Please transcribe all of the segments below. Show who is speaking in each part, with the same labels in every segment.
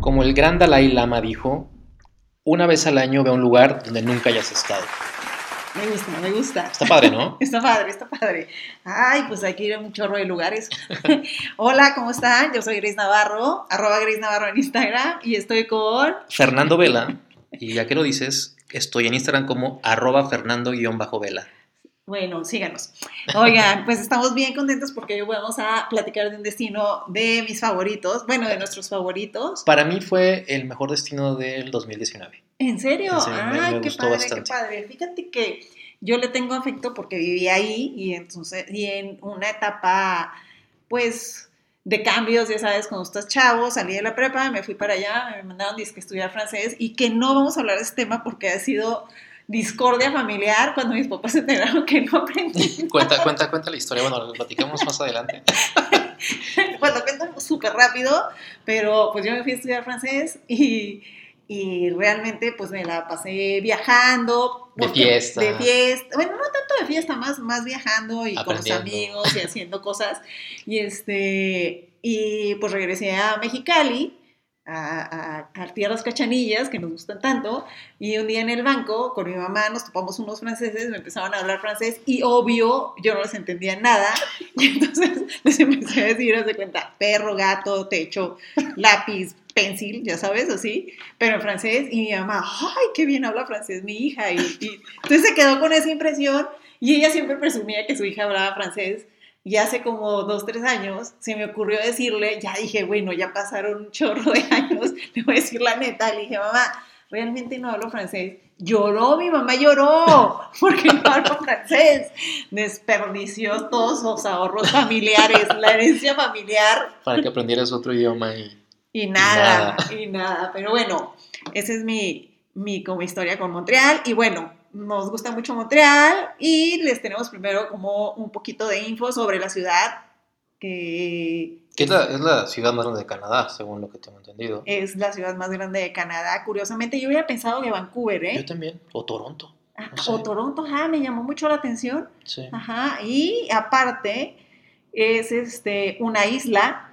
Speaker 1: Como el gran Dalai Lama dijo, una vez al año ve a un lugar donde nunca hayas estado.
Speaker 2: Me gusta, me gusta.
Speaker 1: Está padre, ¿no?
Speaker 2: Está padre, está padre. Ay, pues hay que ir a un chorro de lugares. Hola, ¿cómo están? Yo soy Grace Navarro, arroba Grace Navarro en Instagram y estoy con...
Speaker 1: Fernando Vela, y ya que lo dices, estoy en Instagram como arroba Fernando-Vela.
Speaker 2: Bueno, síganos. Oigan, pues estamos bien contentos porque hoy vamos a platicar de un destino de mis favoritos, bueno, de nuestros favoritos.
Speaker 1: Para mí fue el mejor destino del 2019.
Speaker 2: ¿En serio?
Speaker 1: En serio, me-
Speaker 2: Ay,
Speaker 1: me
Speaker 2: qué
Speaker 1: gustó
Speaker 2: padre,
Speaker 1: bastante.
Speaker 2: qué padre. Fíjate que yo le tengo afecto porque viví ahí y entonces y en una etapa pues de cambios, ya sabes, cuando estás chavo, salí de la prepa, me fui para allá, me mandaron que estudiar francés y que no vamos a hablar de ese tema porque ha sido discordia familiar cuando mis papás se enteraron que no aprendí.
Speaker 1: Cuenta, cuenta, cuenta la historia. Bueno, lo platicamos más adelante.
Speaker 2: cuando cuentan súper rápido, pero pues yo me fui a estudiar francés y, y realmente pues me la pasé viajando.
Speaker 1: De
Speaker 2: porque-
Speaker 1: fiesta.
Speaker 2: De fiesta. Bueno, no tanto de fiesta, más, más viajando y con los
Speaker 1: Aprendiendo.
Speaker 2: amigos y haciendo cosas. Y este, y pues regresé a Mexicali. A, a, a tierras cachanillas que nos gustan tanto y un día en el banco con mi mamá nos topamos unos franceses me empezaron a hablar francés y obvio yo no les entendía nada y entonces les empecé a decir, haz de cuenta, perro, gato, techo, lápiz, pencil, ya sabes, así, pero en francés. Y mi mamá, ay, qué bien habla francés mi hija. Y, y- entonces se quedó con esa impresión y ella siempre presumía que su hija hablaba francés. Y hace como dos, tres años se me ocurrió decirle, ya dije, bueno, ya pasaron un chorro de años, le voy a decir la neta. Le dije, mamá, realmente no hablo francés. Lloró, mi mamá lloró, porque no hablo francés desperdició todos los ahorros familiares, la herencia familiar
Speaker 1: Para que aprendieras otro idioma y...
Speaker 2: y nada, y nada. Pero bueno, esa es mi, mi como historia con Montreal y bueno, nos gusta mucho Montreal y les tenemos primero como un poquito de info sobre la ciudad que
Speaker 1: Que es la, es la ciudad más grande de Canadá, según lo que tengo entendido.
Speaker 2: es la ciudad más grande de Canadá. Curiosamente, yo hubiera pensado que Vancouver,
Speaker 1: Yo
Speaker 2: ¿eh?
Speaker 1: también. O Toronto.
Speaker 2: Ah,
Speaker 1: no sé.
Speaker 2: O Toronto, ajá, me llamó mucho la atención.
Speaker 1: Sí.
Speaker 2: Ajá, y aparte es este una isla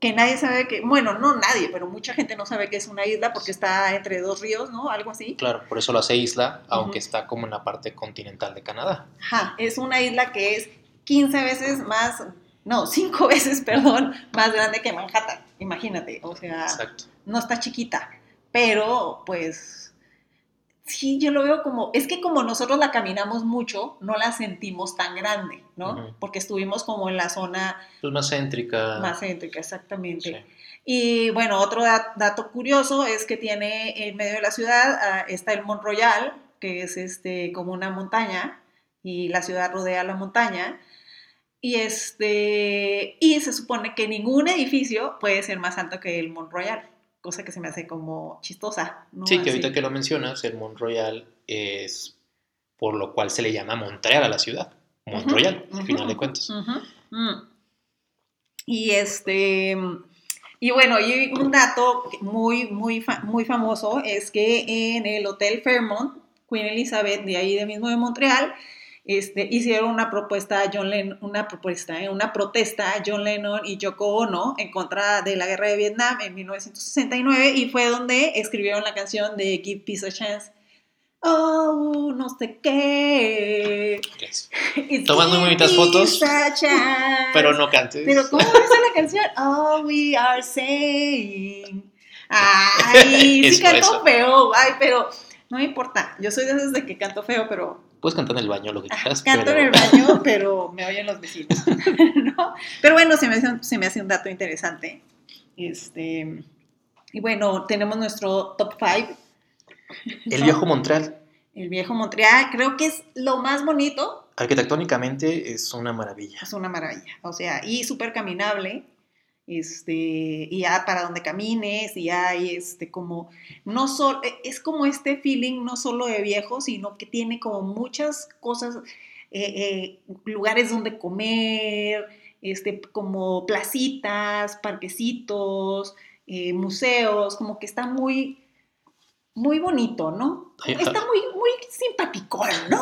Speaker 2: que nadie sabe que, bueno, no nadie, pero mucha gente no sabe que es una isla porque está entre dos ríos, ¿no? Algo así.
Speaker 1: Claro, por eso lo hace isla, aunque
Speaker 2: Ujú.
Speaker 1: está como en la parte continental de Canadá.
Speaker 2: Ajá, es una isla que es 15 veces más, no, 5 veces, perdón, más grande que Manhattan, imagínate, o sea,
Speaker 1: Exacto.
Speaker 2: no está chiquita, pero pues sí, yo lo veo como, es que como nosotros la caminamos mucho, no la sentimos tan grande, ¿no?
Speaker 1: Ujú.
Speaker 2: Porque estuvimos como en la zona
Speaker 1: Pues más céntrica.
Speaker 2: Más céntrica, exactamente.
Speaker 1: sí.
Speaker 2: Y bueno, otro da- dato curioso es que tiene en medio de la ciudad ah, está el Mont Royal, que es este como una montaña y la ciudad rodea la montaña. Y este y se supone que ningún edificio puede ser más alto que el Mont Royal, cosa que se me hace como chistosa, ¿no?
Speaker 1: Sí, que
Speaker 2: Así.
Speaker 1: ahorita que lo mencionas, el Mont Royal es por lo cual se le llama Montreal a la ciudad. Mont
Speaker 2: Ujú,
Speaker 1: Royal, al
Speaker 2: ujú,
Speaker 1: final de cuentas.
Speaker 2: Ujú, mm. Y este. Y bueno, y un dato muy, muy, fa- muy famoso es que en el Hotel Fairmont, Queen Elizabeth, de ahí de mismo de Montreal, este, hicieron una propuesta a John Lennon, una propuesta, eh, una protesta a John Lennon y Yoko Ono en contra de la guerra de Vietnam en 1969 y fue donde escribieron la canción de Give Peace a Chance. Oh, no sé qué.
Speaker 1: Yes.
Speaker 2: It's
Speaker 1: Tomando muy bonitas fotos,
Speaker 2: such a-
Speaker 1: Pero no cantes.
Speaker 2: Pero ¿cómo dice la canción? All we are saying. Ay, sí
Speaker 1: Eso,
Speaker 2: canto
Speaker 1: eso.
Speaker 2: feo. Ay, pero no me importa. Yo soy de esas de que canto feo, pero
Speaker 1: Puedes cantar en el baño lo que quieras,
Speaker 2: canto
Speaker 1: pero
Speaker 2: en el baño, pero me oyen los vecinos. ¿no? Pero bueno, se me, hace, un- se me hace un dato interesante. Este, y bueno, tenemos nuestro top 5.
Speaker 1: el viejo Montreal,
Speaker 2: El viejo Montreal, creo que es lo más bonito
Speaker 1: arquitectónicamente, es una maravilla.
Speaker 2: Es una maravilla, o sea, y súper caminable, este, y ya para donde camines, y hay este como, no solo, es como este feeling no solo de viejo, sino que tiene como muchas cosas, eh, eh, lugares donde comer, este, como placitas, parquecitos, eh, museos, como que está muy, muy bonito, ¿no?
Speaker 1: Ahí está.
Speaker 2: Está muy, muy simpaticón, ¿no?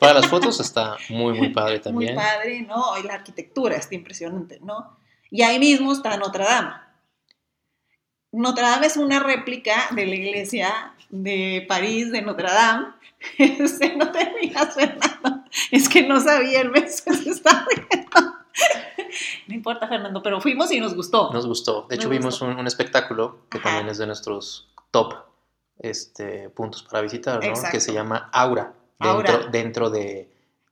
Speaker 1: Para las fotos está muy, muy padre también.
Speaker 2: Muy padre, ¿no? Y la arquitectura está impresionante, ¿no? Y ahí mismo está Notre Dame, Notre Dame es una réplica de la iglesia de París, de Notre Dame. Este, no te rías, Fernando. Es que no sabía el beso que se estaba riendo. No importa, Fernando, pero fuimos y nos gustó.
Speaker 1: Nos gustó. De hecho,
Speaker 2: Nos
Speaker 1: vimos
Speaker 2: gustó.
Speaker 1: un, un espectáculo que
Speaker 2: Ajá.
Speaker 1: también es de nuestros top este, puntos para visitar, ¿no?
Speaker 2: Exacto.
Speaker 1: Que se llama Aura.
Speaker 2: Aura.
Speaker 1: Dentro, dentro de.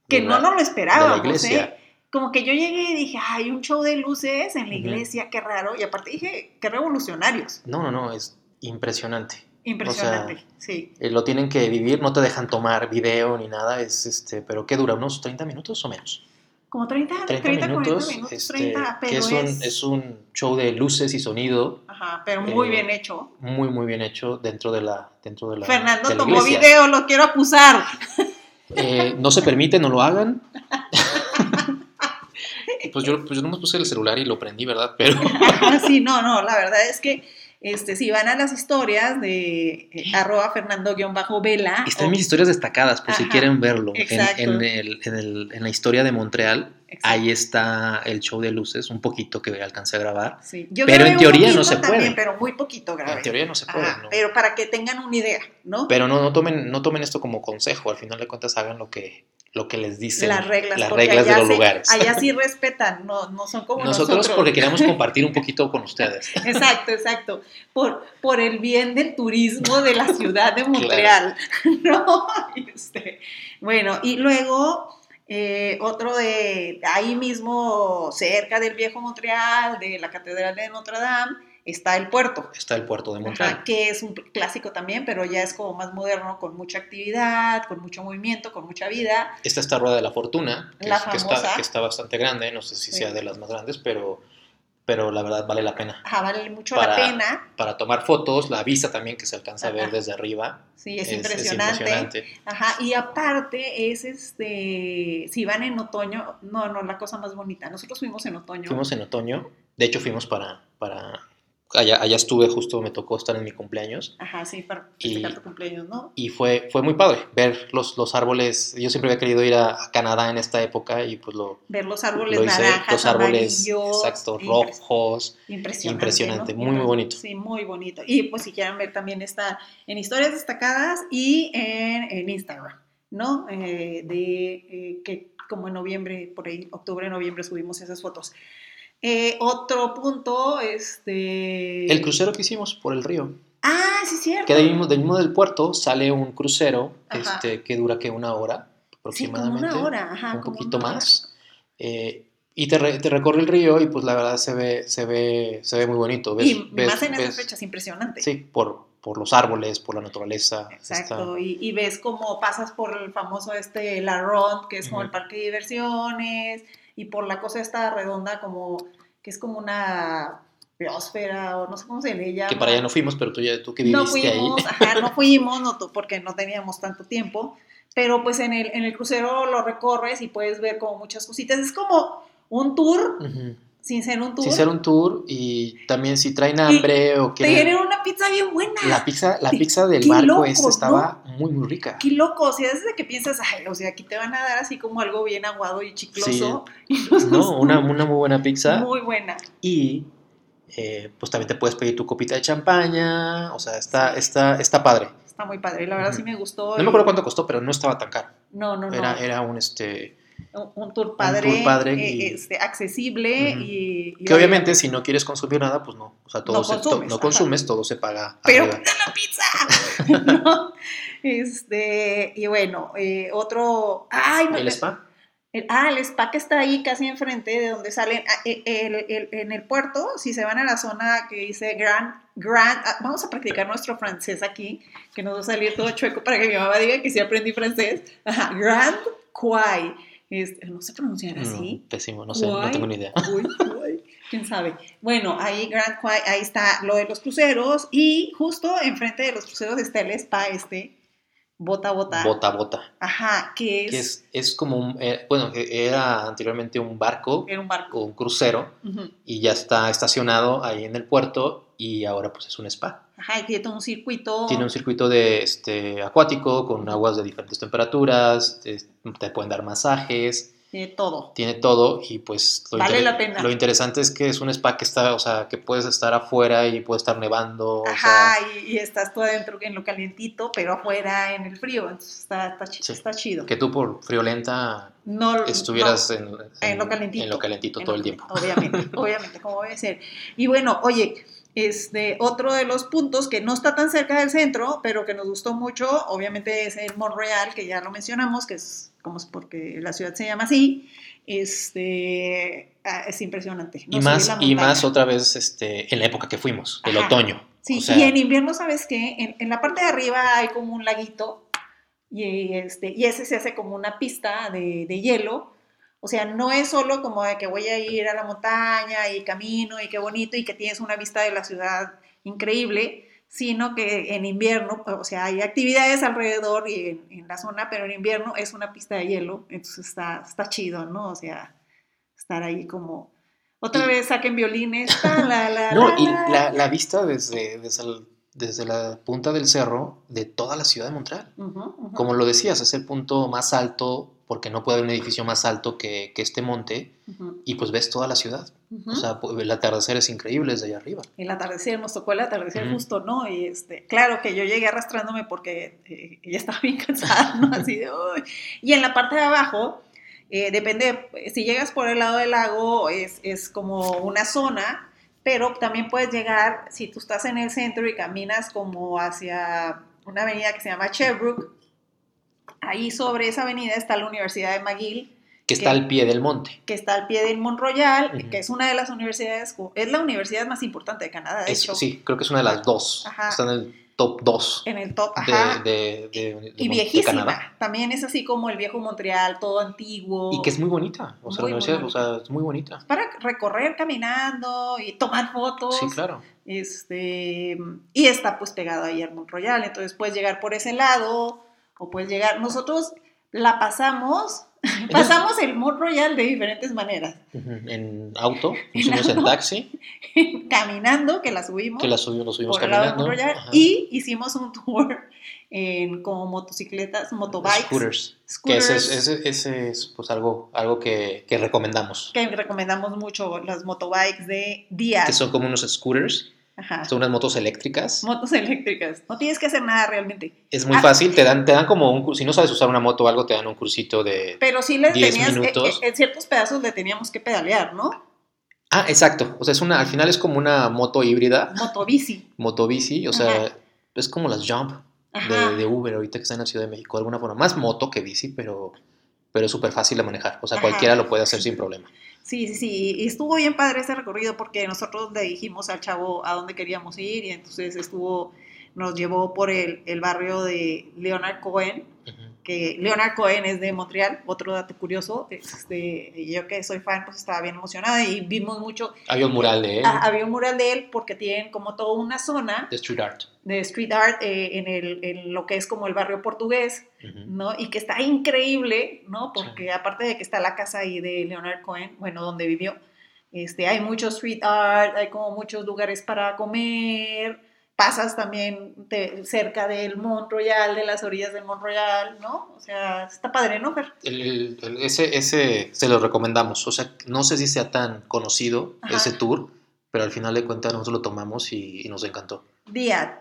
Speaker 2: que
Speaker 1: de
Speaker 2: no
Speaker 1: la-
Speaker 2: nos lo esperábamos,
Speaker 1: iglesia.
Speaker 2: ¿eh? Como que yo llegué y dije, hay un show de luces en la
Speaker 1: Ujú.
Speaker 2: iglesia, qué raro. Y aparte dije, qué revolucionarios.
Speaker 1: No, no, no, es impresionante.
Speaker 2: Impresionante, sí.
Speaker 1: Eh, lo tienen que vivir, no te dejan tomar video ni nada, es este, pero ¿qué dura? ¿Unos 30 minutos o menos?
Speaker 2: Como 30,
Speaker 1: 30,
Speaker 2: 30, 40
Speaker 1: minutos,
Speaker 2: Ah, minutos,
Speaker 1: este,
Speaker 2: 30, pero
Speaker 1: que es un, es un show de luces y sonido
Speaker 2: Ajá, pero muy
Speaker 1: eh,
Speaker 2: bien hecho.
Speaker 1: muy, muy bien hecho dentro de la, dentro de la, de
Speaker 2: Fernando
Speaker 1: la
Speaker 2: tomó
Speaker 1: iglesia.
Speaker 2: video, lo quiero acusar.
Speaker 1: Eh, no se permite, no lo hagan. pues, yo, pues yo nomás puse el celular y lo prendí, ¿verdad? Pero
Speaker 2: sí, no, no, la verdad es que este, si van a las historias de eh, arroba Fernando-Vela.
Speaker 1: están
Speaker 2: o-
Speaker 1: mis historias destacadas, por si
Speaker 2: Ajá,
Speaker 1: quieren verlo. En,
Speaker 2: exacto.
Speaker 1: en el- en el- en la historia de Montreal,
Speaker 2: Exacto.
Speaker 1: ahí está el show de luces, un poquito que alcancé a grabar.
Speaker 2: Sí, yo
Speaker 1: Pero
Speaker 2: grabé
Speaker 1: en
Speaker 2: un
Speaker 1: teoría no
Speaker 2: poquito
Speaker 1: se puede.
Speaker 2: también, pero muy poquito grabé.
Speaker 1: En teoría no se puede,
Speaker 2: Ajá,
Speaker 1: ¿no?
Speaker 2: Ah, Pero para que tengan una idea, ¿no?
Speaker 1: Pero no, no tomen, no tomen esto como consejo. Al final de cuentas, hagan lo que, lo que les dicen
Speaker 2: las reglas,
Speaker 1: las
Speaker 2: porque
Speaker 1: reglas de
Speaker 2: allá
Speaker 1: los
Speaker 2: sí-
Speaker 1: lugares.
Speaker 2: Allá sí respetan, no, no son como
Speaker 1: nosotros,
Speaker 2: nosotros.
Speaker 1: porque queríamos compartir un poquito con ustedes.
Speaker 2: Exacto, exacto. Por, por el bien del turismo de la ciudad de Montreal. ¿no? Este, bueno, y luego eh, otro de ahí mismo, cerca del viejo Montreal, de la Catedral de Notre Dame, está el puerto.
Speaker 1: Está el puerto de Montreal.
Speaker 2: Ajá, que es un clásico también, pero ya es como más moderno, con mucha actividad, con mucho movimiento, con mucha vida.
Speaker 1: Está esta rueda de la fortuna, que,
Speaker 2: La
Speaker 1: es- que está,
Speaker 2: famosa.
Speaker 1: que está bastante grande, no sé si
Speaker 2: Sí.
Speaker 1: sea de las más grandes, pero, pero la verdad vale la pena.
Speaker 2: Ajá, vale mucho
Speaker 1: Para-
Speaker 2: la pena,
Speaker 1: Para tomar fotos, la vista también que se alcanza a ver
Speaker 2: Ajá.
Speaker 1: desde arriba.
Speaker 2: sí, es, impresionante.
Speaker 1: impresionante.
Speaker 2: Ajá, y aparte es este, si van en otoño, no, no, la cosa más bonita. Nosotros fuimos en otoño.
Speaker 1: Fuimos en otoño, de hecho fuimos para... para allá, allá estuve justo, me tocó estar en mi cumpleaños.
Speaker 2: Ajá, sí, para
Speaker 1: Y-
Speaker 2: festejar tu cumpleaños, ¿no?
Speaker 1: Y fue, fue muy padre ver los, los árboles. Yo siempre había querido ir a, a Canadá en esta época y pues lo,
Speaker 2: Ver los árboles
Speaker 1: lo hice.
Speaker 2: naranjas,
Speaker 1: Los árboles,
Speaker 2: amarillos,
Speaker 1: exacto,
Speaker 2: impres-
Speaker 1: rojos.
Speaker 2: Impresionante.
Speaker 1: Impresionante,
Speaker 2: ¿no?
Speaker 1: muy, muy bonito.
Speaker 2: Sí, muy bonito. Y pues si quieren ver también está en historias destacadas y en, en Instagram, ¿no? Eh, de eh, que como en noviembre, por ahí, octubre, noviembre subimos esas fotos. Eh, otro punto, este...
Speaker 1: El crucero que hicimos por el río.
Speaker 2: Ah, sí, cierto.
Speaker 1: Que del mismo, del mismo del puerto sale un crucero
Speaker 2: Ajá.
Speaker 1: este, que dura que una hora
Speaker 2: Sí, como
Speaker 1: aproximadamente.
Speaker 2: una hora, ajá.
Speaker 1: Un
Speaker 2: como
Speaker 1: poquito
Speaker 2: una hora.
Speaker 1: más. Eh, y te, re- te recorre el río y pues la verdad se ve, se ve, se ve muy bonito. Ves-
Speaker 2: Y
Speaker 1: ves-
Speaker 2: más en esas
Speaker 1: ves-
Speaker 2: fechas, impresionante.
Speaker 1: Sí, por, por los árboles, por la naturaleza.
Speaker 2: Exacto, y, y ves cómo pasas por el famoso este, la Ronde, que es como
Speaker 1: Ujú.
Speaker 2: el parque de diversiones, y por la cosa esta redonda como, que es como una biosfera, o no sé cómo se le
Speaker 1: Está-
Speaker 2: llama.
Speaker 1: que para allá no fuimos, pero tú, ya, tú que
Speaker 2: No
Speaker 1: viviste ahí.
Speaker 2: fuimos, ajá, no fuimos, no tu- porque no teníamos tanto tiempo, pero pues en el, en el crucero lo recorres y puedes ver como muchas cositas, es como un tour,
Speaker 1: Ujú.
Speaker 2: sin ser un tour,
Speaker 1: sin ser un tour y también si traen hambre o
Speaker 2: te
Speaker 1: quieren
Speaker 2: viene una pizza bien buena.
Speaker 1: la pizza la pizza del
Speaker 2: Qué
Speaker 1: barco
Speaker 2: loco,
Speaker 1: este estaba muy muy rica
Speaker 2: Qué loco, o sea, desde que piensas, ay, o sea, aquí te van a dar así como algo bien aguado y chicloso. Y nos
Speaker 1: no
Speaker 2: gustó.
Speaker 1: una, una muy buena pizza
Speaker 2: Muy buena.
Speaker 1: y eh, pues también te puedes pedir tu copita de champaña o sea está está está padre
Speaker 2: Está muy padre. La verdad sí me gustó.
Speaker 1: no me acuerdo cuánto costó pero no estaba tan caro
Speaker 2: No, no, no.
Speaker 1: era era un este
Speaker 2: un, un tour padre.
Speaker 1: tour padre
Speaker 2: eh,
Speaker 1: y-
Speaker 2: este, accesible
Speaker 1: Ujú.
Speaker 2: y, y
Speaker 1: que obviamente si no quieres consumir nada pues no o sea todo
Speaker 2: No
Speaker 1: se- to-
Speaker 2: consumes,
Speaker 1: no
Speaker 2: ajá.
Speaker 1: consumes todo se paga
Speaker 2: Pero
Speaker 1: arriba.
Speaker 2: pide la pizza. ¿no? Este, y bueno, eh, otro. Ay, no,
Speaker 1: el spa
Speaker 2: El- ah, el spa que está ahí casi enfrente de donde salen, ah, eh, el- el- en el puerto, si se van a la zona que dice Grand, Grand, ah, vamos a practicar nuestro francés aquí, que nos va a salir todo chueco para que mi mamá diga que sí aprendí francés. Ajá, Grand Quai, es- no sé pronunciar
Speaker 1: Mm,
Speaker 2: así.
Speaker 1: pésimo no sé no
Speaker 2: Guay.
Speaker 1: tengo ni idea
Speaker 2: Uy, uy, quién sabe. Bueno, ahí Grand Quai, ahí está lo de los cruceros y justo enfrente de los cruceros está el spa este, Bota Bota.
Speaker 1: bota bota
Speaker 2: Ajá, que es,
Speaker 1: que es, es como un, eh, bueno, e- era anteriormente un barco
Speaker 2: era un barco.
Speaker 1: o un crucero
Speaker 2: Ujú.
Speaker 1: y ya está estacionado ahí en el puerto y ahora pues es un spa.
Speaker 2: Ajá, y tiene todo un circuito.
Speaker 1: Tiene un circuito de este acuático con aguas de diferentes temperaturas, es- te pueden dar masajes,
Speaker 2: Tiene todo.
Speaker 1: tiene todo y pues lo,
Speaker 2: Vale
Speaker 1: inter-
Speaker 2: la pena.
Speaker 1: lo interesante es que es un spa que está, o sea, que puedes estar afuera y puede estar nevando, o
Speaker 2: Ajá,
Speaker 1: sea,
Speaker 2: y, y estás tú adentro en lo calientito, pero afuera en el frío, entonces está, está, chi-
Speaker 1: Sí.
Speaker 2: está chido.
Speaker 1: que tú por friolenta
Speaker 2: No,
Speaker 1: estuvieras
Speaker 2: no,
Speaker 1: en,
Speaker 2: en lo
Speaker 1: en-
Speaker 2: calentito.
Speaker 1: en lo calentito
Speaker 2: en
Speaker 1: todo
Speaker 2: lo
Speaker 1: el
Speaker 2: que-
Speaker 1: tiempo.
Speaker 2: Obviamente, obviamente, como debe ser. Y bueno, oye, este, otro de los puntos que no está tan cerca del centro, pero que nos gustó mucho, obviamente es el Montreal, que ya lo mencionamos, que es como es porque la ciudad se llama así, este, ah, es impresionante.
Speaker 1: Y
Speaker 2: No
Speaker 1: más,
Speaker 2: subir la
Speaker 1: y más
Speaker 2: montaña.
Speaker 1: otra vez este, en la época que fuimos, el
Speaker 2: Ajá.
Speaker 1: otoño.
Speaker 2: Sí,
Speaker 1: o sea,
Speaker 2: y en invierno, ¿sabes qué? En, en la parte de arriba hay como un laguito y, este, y ese se hace como una pista de, de hielo. O sea, no es solo como de que voy a ir a la montaña y camino y qué bonito y que tienes una vista de la ciudad increíble, sino que en invierno, o sea, hay actividades alrededor y en, en la zona, pero en invierno es una pista de hielo, entonces está, está chido, ¿no? O sea, estar ahí como... Otra
Speaker 1: Y-
Speaker 2: vez saquen violines. ta, la, la,
Speaker 1: No,
Speaker 2: la,
Speaker 1: y
Speaker 2: la.
Speaker 1: la, la vista desde, desde, el- desde la punta del cerro de toda la ciudad de Montreal.
Speaker 2: Ujú, ujú.
Speaker 1: Como lo decías, es el punto más alto, porque no puede haber un edificio más alto que, que este monte,
Speaker 2: Ujú,
Speaker 1: y pues ves toda la ciudad.
Speaker 2: ujú.
Speaker 1: O sea, pu- el atardecer es increíble desde allá arriba.
Speaker 2: el atardecer, nos tocó el atardecer
Speaker 1: Ujú.
Speaker 2: justo, ¿no? Y este, claro que yo llegué arrastrándome porque eh, ya estaba bien cansada, ¿no? Así de, "Uy". Y en la parte de abajo, eh, depende, si llegas por el lado del lago, es, es como una zona, pero también puedes llegar, si tú estás en el centro y caminas como hacia una avenida que se llama Chebrook, ahí sobre esa avenida está la Universidad de McGill,
Speaker 1: Que está
Speaker 2: ¿Qué?
Speaker 1: al pie del monte.
Speaker 2: que está al pie del Mont Royal,
Speaker 1: Ujú.
Speaker 2: que es una de las universidades, es la universidad más importante de Canadá, de
Speaker 1: Es-
Speaker 2: hecho.
Speaker 1: sí, creo que es una de las dos.
Speaker 2: Ajá.
Speaker 1: Está en el top dos
Speaker 2: En el top,
Speaker 1: de,
Speaker 2: ajá.
Speaker 1: de- de- de
Speaker 2: y
Speaker 1: Mon- de Canadá.
Speaker 2: viejísima. También es así como el viejo Montreal, todo antiguo.
Speaker 1: Y que es muy bonita. O sea,
Speaker 2: Muy,
Speaker 1: la
Speaker 2: muy
Speaker 1: universidad, o
Speaker 2: bonita.
Speaker 1: sea, es muy bonita.
Speaker 2: Para recorrer caminando y tomar fotos.
Speaker 1: Sí, claro.
Speaker 2: Este, y está pues pegado ahí al Mont Royal. Entonces puedes llegar por ese lado o puedes llegar. Nosotros la pasamos, pasamos el Mont Royal de diferentes maneras.
Speaker 1: Ujú, En auto, nos subimos en
Speaker 2: auto.
Speaker 1: taxi,
Speaker 2: caminando, que la subimos.
Speaker 1: que la subimos, nos subimos
Speaker 2: por el lado del
Speaker 1: caminando.
Speaker 2: Mont Royal,
Speaker 1: Ajá.
Speaker 2: y hicimos un tour en, con motocicletas, motobikes,
Speaker 1: Scooters. Que
Speaker 2: scooters,
Speaker 1: ese es, ese- ese es, pues algo, algo que, que recomendamos.
Speaker 2: que recomendamos mucho las motobikes de Díaz.
Speaker 1: Que son como unos scooters,
Speaker 2: Ajá.
Speaker 1: son unas motos eléctricas.
Speaker 2: Motos eléctricas. No tienes que hacer nada realmente.
Speaker 1: Es muy
Speaker 2: Ah.
Speaker 1: fácil, te dan, te dan como un cur- si no sabes usar una moto o algo, te dan un cursito de...
Speaker 2: Pero sí les
Speaker 1: 10
Speaker 2: tenías, eh,
Speaker 1: minutos.
Speaker 2: eh, en ciertos pedazos le teníamos que pedalear, ¿no?
Speaker 1: Ah, exacto. O sea, es una, al final es como una moto híbrida,
Speaker 2: Motobici.
Speaker 1: motobici, o sea, es como las jump
Speaker 2: Ajá.
Speaker 1: de, de Uber ahorita que está en la Ciudad de México, de alguna forma. Más moto que bici, pero, pero es súper fácil de manejar. O sea,
Speaker 2: Ajá.
Speaker 1: cualquiera lo puede hacer sin problema.
Speaker 2: Sí, sí, sí. Y estuvo bien padre ese recorrido porque nosotros le dijimos al chavo a dónde queríamos ir y entonces estuvo, nos llevó por el, el barrio de Leonard Cohen,
Speaker 1: Ujú.
Speaker 2: que Leonard Cohen es de Montreal, otro dato curioso, este, y yo que soy fan, pues estaba bien emocionada y vimos mucho,
Speaker 1: Había un mural de,
Speaker 2: ah, había un mural de él porque tienen como toda una zona
Speaker 1: de street art.
Speaker 2: de street art eh, en, el, en lo que es como el barrio portugués,
Speaker 1: Ujú.
Speaker 2: ¿no? Y que está increíble, ¿no? Porque aparte de que está la casa ahí de Leonard Cohen, bueno, donde vivió, este, hay mucho street art, hay como muchos lugares para comer, pasas también de- cerca del Mont Royal, de las orillas del Mont Royal, ¿no? O sea, está padre, ¿no, Fer?
Speaker 1: El- el- el- ese, ese se lo recomendamos. O sea, no sé si sea tan conocido
Speaker 2: Ajá.
Speaker 1: ese tour, pero al final de cuentas nosotros lo tomamos y, y nos encantó.
Speaker 2: Diad,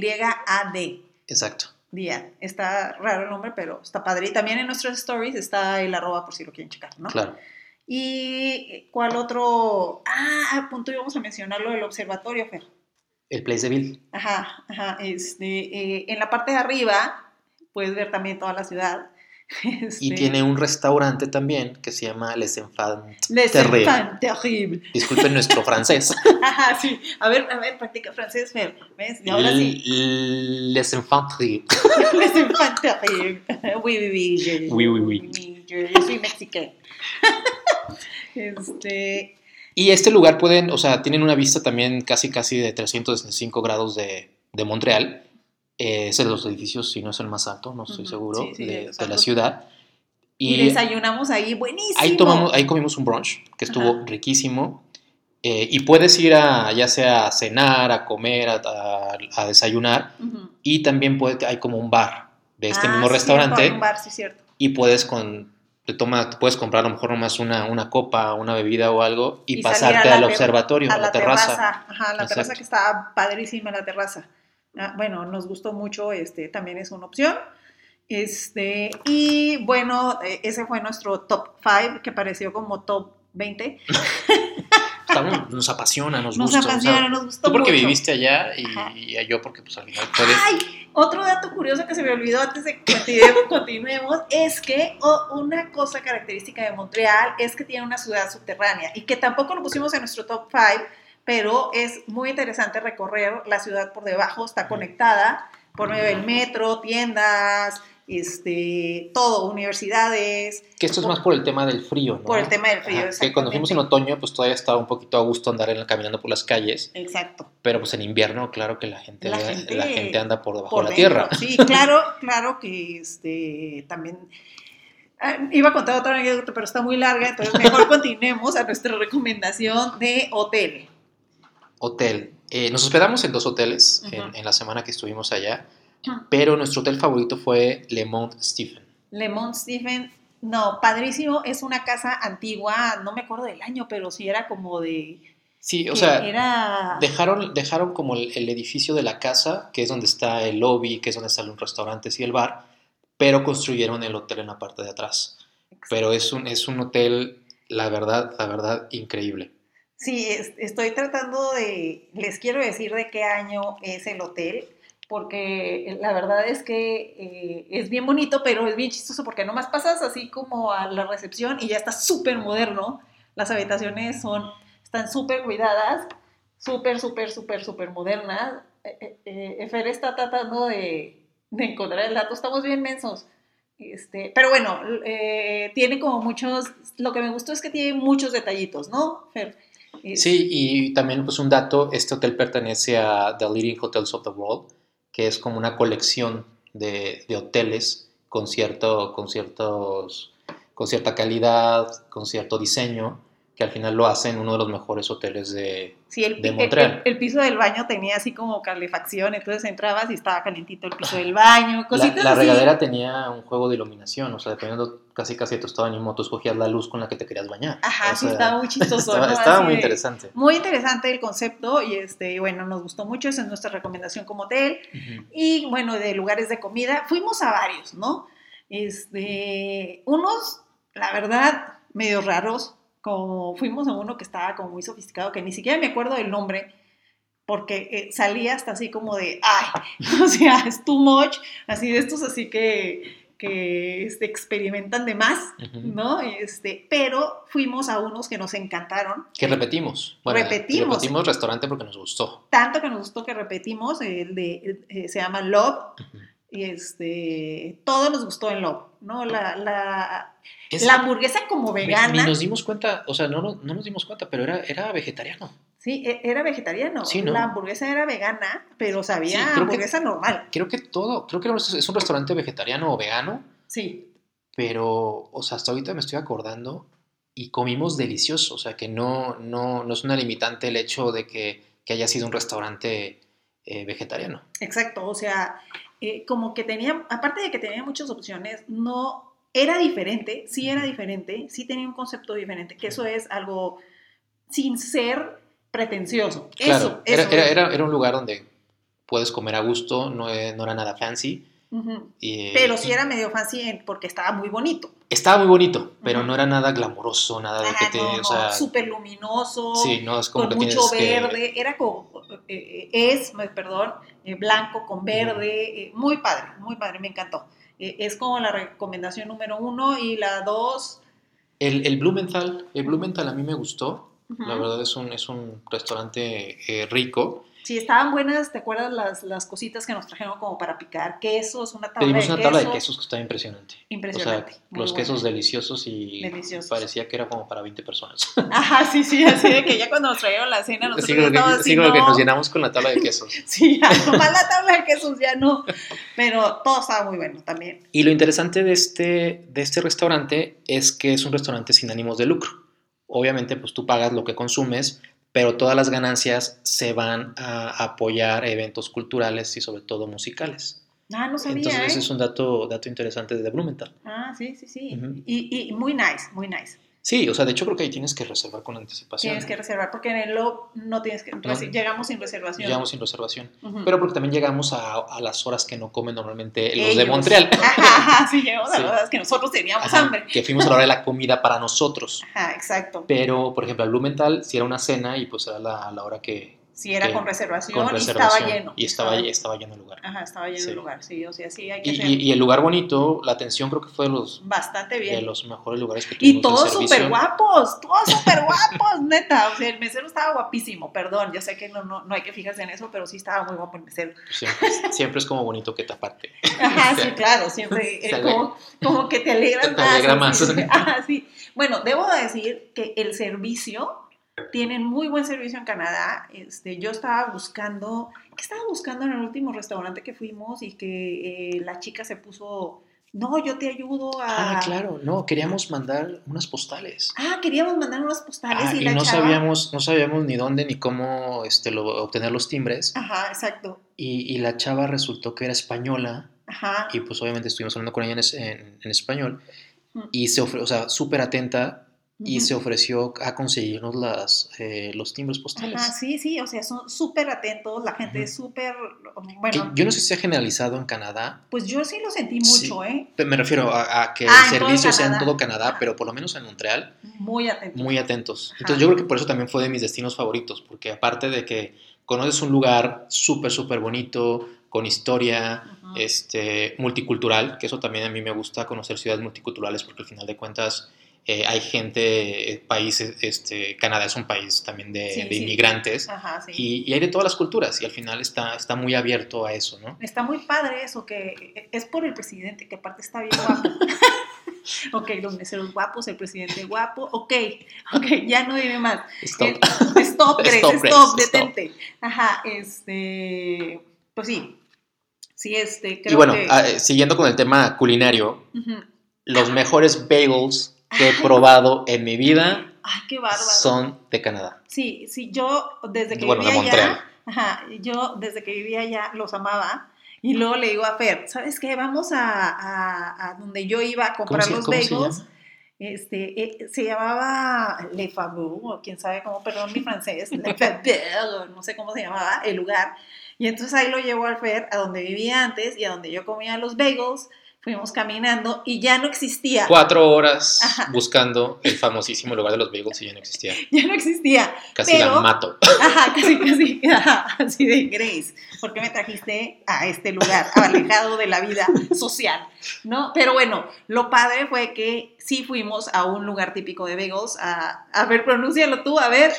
Speaker 2: D-Y-A-D.
Speaker 1: Exacto.
Speaker 2: Diad. Está raro el nombre, pero está padre. Y también en nuestras stories está el arroba por si lo quieren checar, ¿no?
Speaker 1: Claro.
Speaker 2: ¿Y cuál otro? Ah, a punto íbamos a mencionar lo del observatorio, Fer.
Speaker 1: El Place de Ville.
Speaker 2: Ajá, ajá. Este, eh, en la parte de arriba puedes ver también toda la ciudad.
Speaker 1: Y
Speaker 2: Este,
Speaker 1: tiene un restaurante también que se llama Les Enfants.
Speaker 2: Les
Speaker 1: terrible.
Speaker 2: Enfants Terribles.
Speaker 1: Disculpen nuestro francés.
Speaker 2: Ajá, sí. A ver, a ver, practica francés, Fer. ¿Ves? Y ahora sí.
Speaker 1: L- Les Enfants.
Speaker 2: Les Enfants Terribles. Oui, oui, oui. je-
Speaker 1: Oui, oui, oui.
Speaker 2: Yo, yo soy mexicana. Este,
Speaker 1: Y este lugar pueden, o sea, tienen una vista también casi casi de 365 grados de, de Montreal. Eh, es de los edificios, si no es el más alto, no estoy
Speaker 2: Ujú,
Speaker 1: seguro,
Speaker 2: sí, sí,
Speaker 1: de,
Speaker 2: de los
Speaker 1: de la
Speaker 2: altos.
Speaker 1: ciudad.
Speaker 2: y,
Speaker 1: Y
Speaker 2: desayunamos ahí. Buenísimo.
Speaker 1: ahí, tomamos, ahí comimos un brunch que estuvo
Speaker 2: Ajá.
Speaker 1: riquísimo. Eh, y puedes ir a, ya sea a cenar, a comer, a, a- a desayunar.
Speaker 2: Ujú.
Speaker 1: Y también puede, hay como un bar de este
Speaker 2: Ah,
Speaker 1: mismo
Speaker 2: sí,
Speaker 1: restaurante.
Speaker 2: cierto, hay un bar, sí, cierto.
Speaker 1: y puedes con te, toma, te puedes comprar a lo mejor nomás una, una copa, una bebida o algo y, y pasarte al observatorio,
Speaker 2: a la, terraza. terraza. Ajá, la Exacto. terraza que está padrísima, la terraza. Ah, bueno, nos gustó mucho, este, también es una opción. Este, y bueno, eh, ese fue nuestro top 5, que pareció como top 20.
Speaker 1: Estamos, Pues, nos apasiona, nos,
Speaker 2: nos
Speaker 1: gusta.
Speaker 2: Apasiona, o sea, nos gustó
Speaker 1: tú porque
Speaker 2: mucho.
Speaker 1: viviste allá y, y, yo porque pues al final puedes...
Speaker 2: ¡Ay! Otro dato curioso que se me olvidó antes de que continuemos, continuemos es que oh, una cosa característica de Montreal es que tiene una ciudad subterránea y que tampoco lo pusimos en nuestro top 5, pero es muy interesante recorrer la ciudad por debajo, está conectada por medio del metro, tiendas, este, todo, universidades.
Speaker 1: Que esto es
Speaker 2: por,
Speaker 1: más por el tema del frío, ¿no?
Speaker 2: Por el tema del frío, Ajá,
Speaker 1: Que cuando fuimos en otoño, pues todavía estaba un poquito a gusto andar en, caminando por las calles.
Speaker 2: Exacto.
Speaker 1: Pero pues en invierno, claro que la gente, la, gente, la gente anda por debajo
Speaker 2: por
Speaker 1: de la tierra.
Speaker 2: Sí, claro, claro que este, también... ah, Iba a contar otra anécdota, pero está muy larga, entonces mejor continuemos a nuestra recomendación de hotel.
Speaker 1: Hotel. Eh, nos hospedamos en dos hoteles uh -huh. en, en, la semana que estuvimos allá, uh -huh. pero nuestro hotel favorito fue Le Mont Stephen.
Speaker 2: Le Mont Stephen, no, padrísimo, es una casa antigua, no me acuerdo del año, pero sí era como de...
Speaker 1: Sí, o sea, era... dejaron, dejaron como el, el, edificio de la casa, que es donde está el lobby, que es donde están los restaurantes y el bar, pero construyeron el hotel en la parte de atrás. Excelente. Pero es un, es un hotel, la verdad, la verdad, increíble.
Speaker 2: Sí, es, estoy tratando de, les quiero decir de qué año es el hotel, porque eh, la verdad es que eh, es bien bonito, pero es bien chistoso porque nomás pasas así como a la recepción y ya está súper moderno. Las habitaciones son, están súper cuidadas, súper, súper, súper, súper modernas. Eh, eh, Efer está tratando de, de encontrar el dato, estamos bien mensos. Este, pero bueno, eh, tiene como muchos, lo que me gustó es que tiene muchos detallitos, ¿no, Fer?
Speaker 1: Eh, sí, y también pues un dato, este hotel pertenece a The Leading Hotels of the World, que es como una colección de, de hoteles con, cierto, con, ciertos, con cierta calidad, con cierto diseño, que al final lo hacen uno de los mejores hoteles de,
Speaker 2: sí, el,
Speaker 1: de
Speaker 2: Montreal. El, el, el, piso del baño tenía así como calefacción, entonces entrabas y estaba calentito el piso del baño, cositas
Speaker 1: La, la
Speaker 2: así.
Speaker 1: regadera tenía un juego de iluminación, o sea, dependiendo casi casi de tu estado de ánimo, tú escogías la luz con la que te querías bañar.
Speaker 2: Ajá,
Speaker 1: o
Speaker 2: sí, sea, estaba muy chistoso.
Speaker 1: estaba,
Speaker 2: ¿no?
Speaker 1: estaba muy interesante.
Speaker 2: De, muy interesante el concepto y este, bueno, nos gustó mucho, esa es nuestra recomendación como hotel. Uh -huh. Y bueno, de lugares de comida, fuimos a varios, ¿no? Este, unos, la verdad, medio raros, como fuimos a uno que estaba como muy sofisticado, que ni siquiera me acuerdo del nombre, porque eh, salía hasta así como de, ay, o sea, es too much, así de estos así que, que este, experimentan de más, uh -huh. ¿no? Este, pero fuimos a unos que nos encantaron.
Speaker 1: Que repetimos. Bueno, repetimos. Repetimos restaurante porque nos gustó.
Speaker 2: Tanto que nos gustó que repetimos, el de, el, eh, se llama Love. Uh -huh y este, todo nos gustó en Love, ¿no? La, la, es, la hamburguesa como vegana.
Speaker 1: Ni nos dimos cuenta, o sea, no, no nos dimos cuenta, pero era, era vegetariano.
Speaker 2: Sí, e, era vegetariano. Sí, ¿no? La hamburguesa era vegana, pero sabía sí, hamburguesa
Speaker 1: que,
Speaker 2: normal.
Speaker 1: Creo que todo, creo que es un restaurante vegetariano o vegano.
Speaker 2: Sí.
Speaker 1: Pero, o sea, hasta ahorita me estoy acordando y comimos delicioso, o sea, que no, no, no es una limitante el hecho de que, que haya sido un restaurante eh, vegetariano.
Speaker 2: Exacto, o sea, eh, como que tenía, aparte de que tenía muchas opciones, no era diferente, sí era diferente, sí tenía un concepto diferente, que eso es algo sin ser pretencioso. Claro,
Speaker 1: eso, era, eso. Era, era, era, un lugar donde puedes comer a gusto, no, eh, no era nada fancy.
Speaker 2: Uh -huh. y,
Speaker 1: Eh,
Speaker 2: pero sí era medio fancy porque estaba muy bonito.
Speaker 1: Estaba muy bonito, pero uh -huh. no era nada glamoroso, nada de ah, que te.
Speaker 2: No,
Speaker 1: o sea,
Speaker 2: súper luminoso.
Speaker 1: Sí, no, es como
Speaker 2: con
Speaker 1: que
Speaker 2: mucho
Speaker 1: tienes
Speaker 2: verde.
Speaker 1: Que...
Speaker 2: Era como. Eh, es, perdón, eh, blanco con verde. Eh, muy padre, muy padre, me encantó. Eh, es como la recomendación número uno y la dos.
Speaker 1: El, el Blumenthal, el Blumenthal a mí me gustó. Uh -huh. La verdad es un, es un restaurante eh, rico.
Speaker 2: Sí, estaban buenas, ¿te acuerdas las, las, cositas que nos trajeron como para picar? Quesos, una tabla
Speaker 1: Pedimos
Speaker 2: de
Speaker 1: una
Speaker 2: quesos.
Speaker 1: tabla de quesos que estaba impresionante.
Speaker 2: Impresionante.
Speaker 1: O sea, los
Speaker 2: buena.
Speaker 1: quesos deliciosos y
Speaker 2: deliciosos.
Speaker 1: parecía que era como para 20 personas.
Speaker 2: Ajá, sí, sí, así de que ya cuando nos trajeron la cena nosotros
Speaker 1: sí, que,
Speaker 2: así,
Speaker 1: sí,
Speaker 2: no.
Speaker 1: que nos llenamos con la tabla de quesos.
Speaker 2: sí, ya, nomás la tabla de quesos ya no, pero todo estaba muy bueno también.
Speaker 1: Y lo interesante de este, de este restaurante es que es un restaurante sin ánimos de lucro. Obviamente, pues tú pagas lo que consumes, pero todas las ganancias se van a apoyar eventos culturales y sobre todo musicales.
Speaker 2: Ah, no sabía.
Speaker 1: Entonces,
Speaker 2: ¿eh?
Speaker 1: ese es un dato, dato interesante de Blumenthal.
Speaker 2: Ah, sí, sí, sí.
Speaker 1: Ujú.
Speaker 2: y, y muy nice, muy nice.
Speaker 1: Sí, o sea, de hecho creo que ahí tienes que reservar con anticipación.
Speaker 2: Tienes que reservar porque en el LOB no tienes que. reci- Llegamos sin reservación.
Speaker 1: Llegamos sin reservación.
Speaker 2: Ujú.
Speaker 1: Pero porque también llegamos a, a las horas que no comen normalmente los de
Speaker 2: Ellos.
Speaker 1: Montreal.
Speaker 2: Ajá, ajá, sí, llegamos a
Speaker 1: Sí.
Speaker 2: las horas que nosotros teníamos
Speaker 1: Ajá,
Speaker 2: hambre.
Speaker 1: que fuimos a la hora de la comida para nosotros.
Speaker 2: Ajá, exacto.
Speaker 1: Pero, por ejemplo, al Blumenthal sí era una cena y pues era la, la hora que...
Speaker 2: Si era
Speaker 1: que-
Speaker 2: con reservación,
Speaker 1: Con reservación.
Speaker 2: y estaba lleno.
Speaker 1: Y estaba, estaba lleno el lugar.
Speaker 2: Ajá, Ah, estaba lleno
Speaker 1: Sí.
Speaker 2: el lugar, sí, o sea, sí, hay que
Speaker 1: Y,
Speaker 2: hacer
Speaker 1: y- y el lugar bonito, la atención creo que fue de los,
Speaker 2: bastante
Speaker 1: de
Speaker 2: bien.
Speaker 1: los mejores lugares que tuvimos.
Speaker 2: Y
Speaker 1: de
Speaker 2: todos
Speaker 1: servicio.
Speaker 2: súper guapos, todos súper guapos, neta. O sea, el mesero estaba guapísimo, perdón, yo sé que no, no, no hay que fijarse en eso, pero sí estaba muy guapo el mesero.
Speaker 1: Siempre, siempre es como bonito que te aparte.
Speaker 2: Ajá,
Speaker 1: O sea,
Speaker 2: sí, claro, siempre
Speaker 1: se
Speaker 2: eh,
Speaker 1: alegra.
Speaker 2: como, como que te alegras
Speaker 1: Te alegra
Speaker 2: más.
Speaker 1: más.
Speaker 2: sí, sí. Ajá, sí. Bueno, debo decir que el servicio, tienen muy buen servicio en Canadá. Este, yo estaba buscando, ¿qué estaba buscando en el último restaurante que fuimos y que eh, la chica se puso, no, yo te ayudo a...
Speaker 1: Ah, claro, no, queríamos mandar unas postales.
Speaker 2: Ah, queríamos mandar unos postales
Speaker 1: Ah,
Speaker 2: y,
Speaker 1: y
Speaker 2: la
Speaker 1: no
Speaker 2: chava-
Speaker 1: sabíamos, no sabíamos ni dónde ni cómo este, lo- obtener los timbres.
Speaker 2: Ajá, exacto.
Speaker 1: Y, y la chava resultó que era española
Speaker 2: Ajá.
Speaker 1: y pues obviamente estuvimos hablando con ella en, es- en- en español
Speaker 2: Ujú.
Speaker 1: y se ofreció, o sea, súper atenta y
Speaker 2: Mm. Ujú.
Speaker 1: se ofreció a conseguirnos las, eh, los timbres postales.
Speaker 2: Ajá, Ah, sí, sí, o sea, son súper atentos, la gente
Speaker 1: Ujú.
Speaker 2: es súper, mm,
Speaker 1: Que
Speaker 2: bueno,
Speaker 1: yo no sé si se ha generalizado en Canadá,
Speaker 2: pues yo sí lo sentí
Speaker 1: Sí.
Speaker 2: mucho, ¿eh?
Speaker 1: pe- me refiero a, a que
Speaker 2: Ah,
Speaker 1: el
Speaker 2: en todo
Speaker 1: servicio sea en
Speaker 2: Canadá.
Speaker 1: todo Canadá,
Speaker 2: Ajá.
Speaker 1: pero por lo menos en Montreal
Speaker 2: Muy atento.
Speaker 1: muy atentos.
Speaker 2: Ajá.
Speaker 1: Entonces yo creo que por eso también fue de mis destinos favoritos, porque aparte de que conoces un lugar súper, súper bonito, con historia,
Speaker 2: Ujú.
Speaker 1: este, multicultural, que eso también a mí me gusta conocer ciudades multiculturales, porque al final de cuentas eh, hay gente, eh, países, este, Canadá es un país también de,
Speaker 2: Sí,
Speaker 1: de
Speaker 2: sí. Ah,
Speaker 1: inmigrantes,
Speaker 2: Ajá, sí.
Speaker 1: y, y hay de todas las culturas, y al final está, está muy abierto a eso, ¿no?
Speaker 2: Está muy padre eso, que e, es por el presidente, que aparte está bien guapo. ok, los meseros guapos, el presidente guapo, ok, ok, ya no diré más.
Speaker 1: Stop.
Speaker 2: Eh, Stop, Grace,
Speaker 1: Stop,
Speaker 2: stop,
Speaker 1: Grace, stop.
Speaker 2: detente. Ajá, este, pues sí, sí, este, creo
Speaker 1: Y bueno,
Speaker 2: que...
Speaker 1: ah, eh, siguiendo con el tema culinario,
Speaker 2: Ujú.
Speaker 1: los mejores bagels que he
Speaker 2: Ay.
Speaker 1: probado en mi vida
Speaker 2: Ay, qué bárbaro.
Speaker 1: son de Canadá.
Speaker 2: Sí, sí, yo desde que
Speaker 1: Bueno, de
Speaker 2: vivía
Speaker 1: Montreal.
Speaker 2: allá, ajá, yo desde que vivía allá los amaba. Y luego le digo a Fer, ¿sabes qué? Vamos a, a- a donde yo iba a comprar
Speaker 1: se-
Speaker 2: los
Speaker 1: cómo se
Speaker 2: bagels.
Speaker 1: llama?
Speaker 2: este, eh, se llamaba Le Fabou, o quién sabe cómo, perdón mi francés, Le Fabou, o no sé cómo se llamaba el lugar. Y entonces ahí lo llevo al Fer, a donde vivía antes y a donde yo comía los bagels. Fuimos caminando y ya no existía.
Speaker 1: Cuatro horas
Speaker 2: Ajá.
Speaker 1: buscando el famosísimo lugar de los bagels y ya no existía.
Speaker 2: Ya no existía.
Speaker 1: Casi
Speaker 2: Pero-
Speaker 1: la mato.
Speaker 2: Ajá, casi, casi, ajá, así de Grace, ¿por qué me trajiste a este lugar, alejado de la vida social? ¿No? Pero bueno, lo padre fue que sí fuimos a un lugar típico de Bagels, a, a ver, pronúncialo tú, a ver,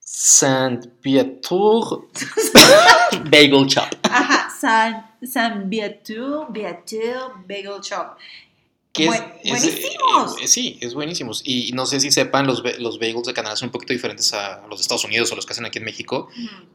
Speaker 1: Saint Pietur Bagel Shop.
Speaker 2: ajá, San, San Beatou, Beatou Bagel Shop.
Speaker 1: que es-
Speaker 2: Buen-
Speaker 1: es-
Speaker 2: buenísimos.
Speaker 1: eh, eh, sí, es buenísimos. Y no sé si sepan, los, ba- los bagels de Canadá son un poquito diferentes a los de Estados Unidos o los que hacen aquí en México.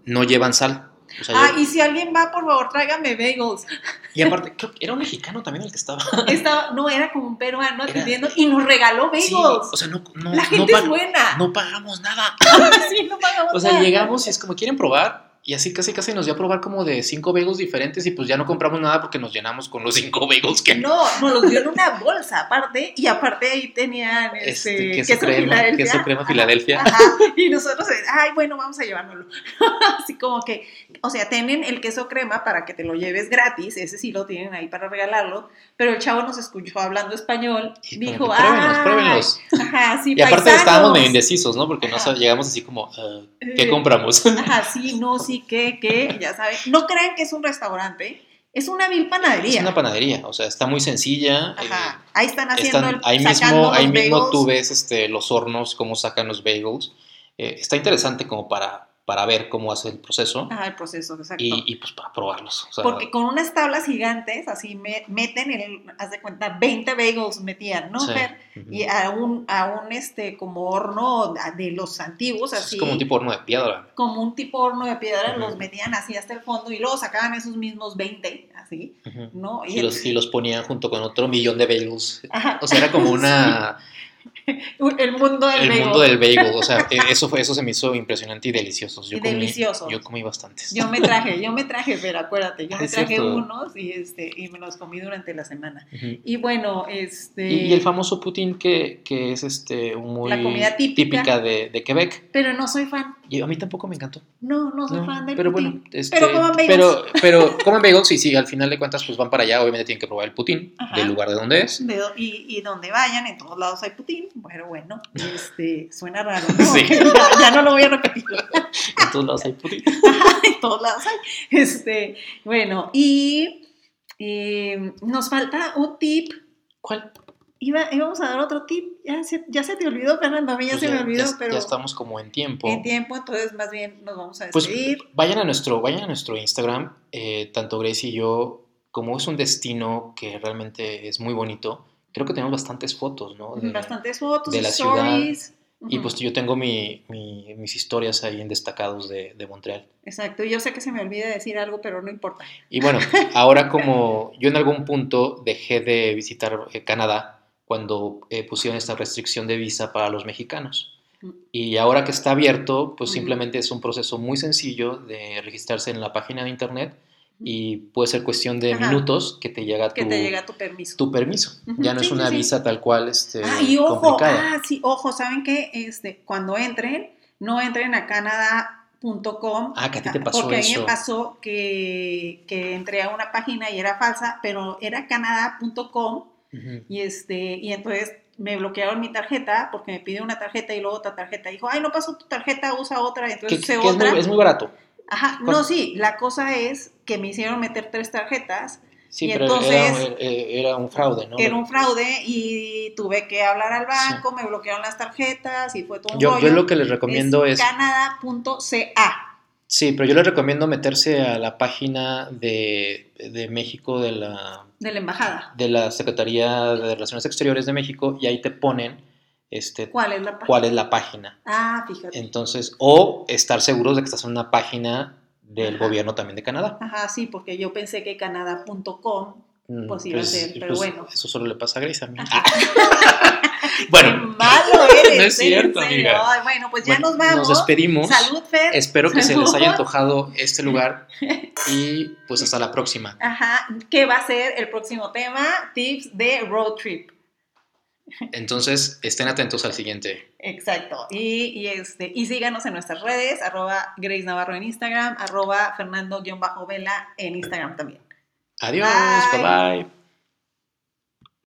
Speaker 1: No llevan sal. O sea,
Speaker 2: Ah,
Speaker 1: yo-
Speaker 2: y si alguien va, por favor, tráigame bagels.
Speaker 1: y aparte, creo que era un mexicano también el que estaba.
Speaker 2: Estaba, no, era como un peruano atendiendo y nos regaló bagels.
Speaker 1: Sí, o sea, no, no,
Speaker 2: la
Speaker 1: no
Speaker 2: gente
Speaker 1: pag-
Speaker 2: es buena.
Speaker 1: no pagamos nada.
Speaker 2: sí, no pagamos
Speaker 1: O sea,
Speaker 2: nada.
Speaker 1: llegamos y es como quieren probar. Y así casi casi nos dio a probar como de cinco bagels diferentes y pues ya no compramos nada porque nos llenamos con los cinco bagels que
Speaker 2: No, nos los dio en una bolsa aparte, y aparte ahí tenían este,
Speaker 1: este,
Speaker 2: queso,
Speaker 1: queso, crema,
Speaker 2: Filadelfia.
Speaker 1: queso crema Filadelfia.
Speaker 2: Ajá, y nosotros, ay, bueno, vamos a llevárnoslo. Así como que, o sea, tienen el queso crema para que te lo lleves gratis, ese sí lo tienen ahí para regalarlo, pero el chavo nos escuchó hablando español,
Speaker 1: Y como
Speaker 2: dijo,
Speaker 1: que,
Speaker 2: ah,
Speaker 1: "Pruébenlos, pruébenlos".
Speaker 2: Ajá, sí,
Speaker 1: Y aparte
Speaker 2: paisanos.
Speaker 1: estábamos medio indecisos, ¿no? Porque no
Speaker 2: Ajá.
Speaker 1: sab- llegamos así como, "Ah, ¿qué
Speaker 2: Eh,
Speaker 1: compramos?
Speaker 2: Ajá, sí, no, sí, que, que, ya saben. No crean que es un restaurante, es una vil panadería.
Speaker 1: es una panadería, o sea, está muy sencilla. eh,
Speaker 2: Ajá, ahí están haciendo
Speaker 1: están,
Speaker 2: el,
Speaker 1: ahí
Speaker 2: sacando
Speaker 1: mismo,
Speaker 2: los
Speaker 1: ahí mismo
Speaker 2: bagels.
Speaker 1: tú ves este, los hornos, cómo sacan los bagels. Eh, está interesante como para, para ver cómo hace el proceso
Speaker 2: Ajá, el proceso, exacto.
Speaker 1: y, y, pues para probarlos. O sea,
Speaker 2: Porque con unas tablas gigantes, así me, meten el, haz de cuenta, 20 bagels metían, ¿no,
Speaker 1: sí.
Speaker 2: Fer?
Speaker 1: Ujú.
Speaker 2: Y a un, a un este, como horno de los antiguos, así.
Speaker 1: Es como un tipo horno de piedra.
Speaker 2: como un tipo horno de piedra,
Speaker 1: Ujú.
Speaker 2: los metían así hasta el fondo y luego sacaban esos mismos 20, así,
Speaker 1: Ujú.
Speaker 2: ¿no?
Speaker 1: y los, y los ponían junto con otro millón de bagels.
Speaker 2: Ajá.
Speaker 1: O sea, era como una,
Speaker 2: El mundo del
Speaker 1: el
Speaker 2: bagel.
Speaker 1: mundo del bagel, o sea, eh, eso, fue, eso se me hizo impresionante y delicioso. Yo
Speaker 2: Y
Speaker 1: comí,
Speaker 2: delicioso.
Speaker 1: Yo comí bastantes.
Speaker 2: Yo me traje, yo me traje, pero acuérdate, yo me
Speaker 1: Es
Speaker 2: traje
Speaker 1: cierto.
Speaker 2: unos y, este, y me los comí durante la semana.
Speaker 1: Ujú.
Speaker 2: Y bueno, este...
Speaker 1: Y, y el famoso Putin que, que es este muy
Speaker 2: La comida típica.
Speaker 1: de, de Quebec.
Speaker 2: Pero no soy fan,
Speaker 1: Y a mí tampoco me encantó.
Speaker 2: no, no soy
Speaker 1: No,
Speaker 2: fan del
Speaker 1: pero
Speaker 2: Putin.
Speaker 1: bueno, este,
Speaker 2: Pero coman bagels.
Speaker 1: Pero, pero coman bagels y si al final de cuentas pues van para allá, obviamente tienen que probar el Putin
Speaker 2: Ajá.
Speaker 1: del lugar de donde es.
Speaker 2: De do- y, y donde vayan, en todos lados hay Putin, pero bueno, este, suena raro, ¿no?
Speaker 1: Sí.
Speaker 2: ya no lo voy a repetir.
Speaker 1: En todos lados hay Putin.
Speaker 2: en todos lados hay. Este, bueno, y eh, nos falta un tip.
Speaker 1: ¿Cuál?
Speaker 2: Iba, íbamos a dar otro tip. Ya se, ya se te olvidó, Fernando. A mí ya
Speaker 1: Pues
Speaker 2: se me olvidó,
Speaker 1: ya-
Speaker 2: pero
Speaker 1: ya estamos como en tiempo.
Speaker 2: en tiempo, entonces más bien nos vamos a
Speaker 1: Pues
Speaker 2: despedir.
Speaker 1: vayan a nuestro, vayan a nuestro Instagram, eh, tanto Grace y yo, como es un destino que realmente es muy bonito, creo que tenemos bastantes fotos, ¿no? De-
Speaker 2: Bastantes fotos,
Speaker 1: de la
Speaker 2: stories.
Speaker 1: Y
Speaker 2: Ujú,
Speaker 1: pues yo tengo mi- mi- mis historias ahí en destacados de, de Montreal.
Speaker 2: Exacto, yo sé que se me olvida decir algo, pero no importa.
Speaker 1: Y bueno, ahora como yo en algún punto dejé de visitar eh, Canadá cuando eh, pusieron esta restricción de visa para los mexicanos.
Speaker 2: Ujú.
Speaker 1: Y ahora que está abierto, pues
Speaker 2: Mm. Ujú.
Speaker 1: simplemente es un proceso muy sencillo de registrarse en la página de internet y puede ser cuestión de
Speaker 2: Ajá.
Speaker 1: minutos que te llega
Speaker 2: Que
Speaker 1: tu,
Speaker 2: te llega tu permiso.
Speaker 1: tu permiso.
Speaker 2: Ujú,
Speaker 1: Ya no
Speaker 2: sí,
Speaker 1: es
Speaker 2: sí,
Speaker 1: una
Speaker 2: sí.
Speaker 1: visa tal cual este,
Speaker 2: Ah, y ojo,
Speaker 1: complicada.
Speaker 2: ah, sí, ojo, ¿saben qué? Este, cuando entren, no entren a canadá.com.
Speaker 1: Ah, que a ti te pasó
Speaker 2: Porque a mí me
Speaker 1: eso.
Speaker 2: pasó que, que entré a una página y era falsa, pero era canadá.com
Speaker 1: Ujú.
Speaker 2: y este, y entonces me bloquearon mi tarjeta porque me pidió una tarjeta y luego otra tarjeta. Dijo, ay, no pasó tu tarjeta, usa otra,
Speaker 1: Que-
Speaker 2: entonces
Speaker 1: que
Speaker 2: usé
Speaker 1: es, muy,
Speaker 2: otra.
Speaker 1: es muy barato.
Speaker 2: Ajá,
Speaker 1: ¿Cuál?
Speaker 2: no, sí, la cosa es que me hicieron meter tres tarjetas
Speaker 1: Sí,
Speaker 2: Y
Speaker 1: pero era-
Speaker 2: entonces-
Speaker 1: era, era un fraude, ¿no?
Speaker 2: era un fraude y tuve que hablar al banco, me bloquearon las tarjetas y fue todo un
Speaker 1: Yo,
Speaker 2: rollo.
Speaker 1: yo lo que les recomiendo es,
Speaker 2: canadá.ca.
Speaker 1: sí, pero yo les recomiendo meterse a la página de, de México de la,
Speaker 2: de la embajada.
Speaker 1: de la Secretaría de Relaciones Exteriores de México y ahí te ponen este,
Speaker 2: ¿Cuál es la página?
Speaker 1: cuál es la página.
Speaker 2: Ah, fíjate.
Speaker 1: Entonces, o estar seguros de que estás en una página del
Speaker 2: Ajá.
Speaker 1: gobierno también de Canadá.
Speaker 2: Ajá, sí, porque yo pensé que canadá.com.
Speaker 1: Mm,
Speaker 2: Pues iba a ser, pero bueno.
Speaker 1: Eso solo le pasa a Grace a mí. bueno,
Speaker 2: Qué malo eres.
Speaker 1: No es
Speaker 2: ¿eh?
Speaker 1: cierto,
Speaker 2: En serio.
Speaker 1: amiga.
Speaker 2: Ay, bueno, pues ya
Speaker 1: bueno,
Speaker 2: nos vamos.
Speaker 1: Nos despedimos.
Speaker 2: Salud, Fer.
Speaker 1: Espero que se les
Speaker 2: Salud.
Speaker 1: haya antojado este lugar y pues hasta la próxima.
Speaker 2: Ajá, ¿qué va a ser el próximo tema? Tips de road trip.
Speaker 1: Entonces, estén atentos al siguiente.
Speaker 2: Exacto. Y, y este, y síganos en nuestras redes, arroba Grace Navarro en Instagram, arroba Fernando-Vela en Instagram también.
Speaker 1: Adiós,
Speaker 2: Bye.
Speaker 1: bye bye.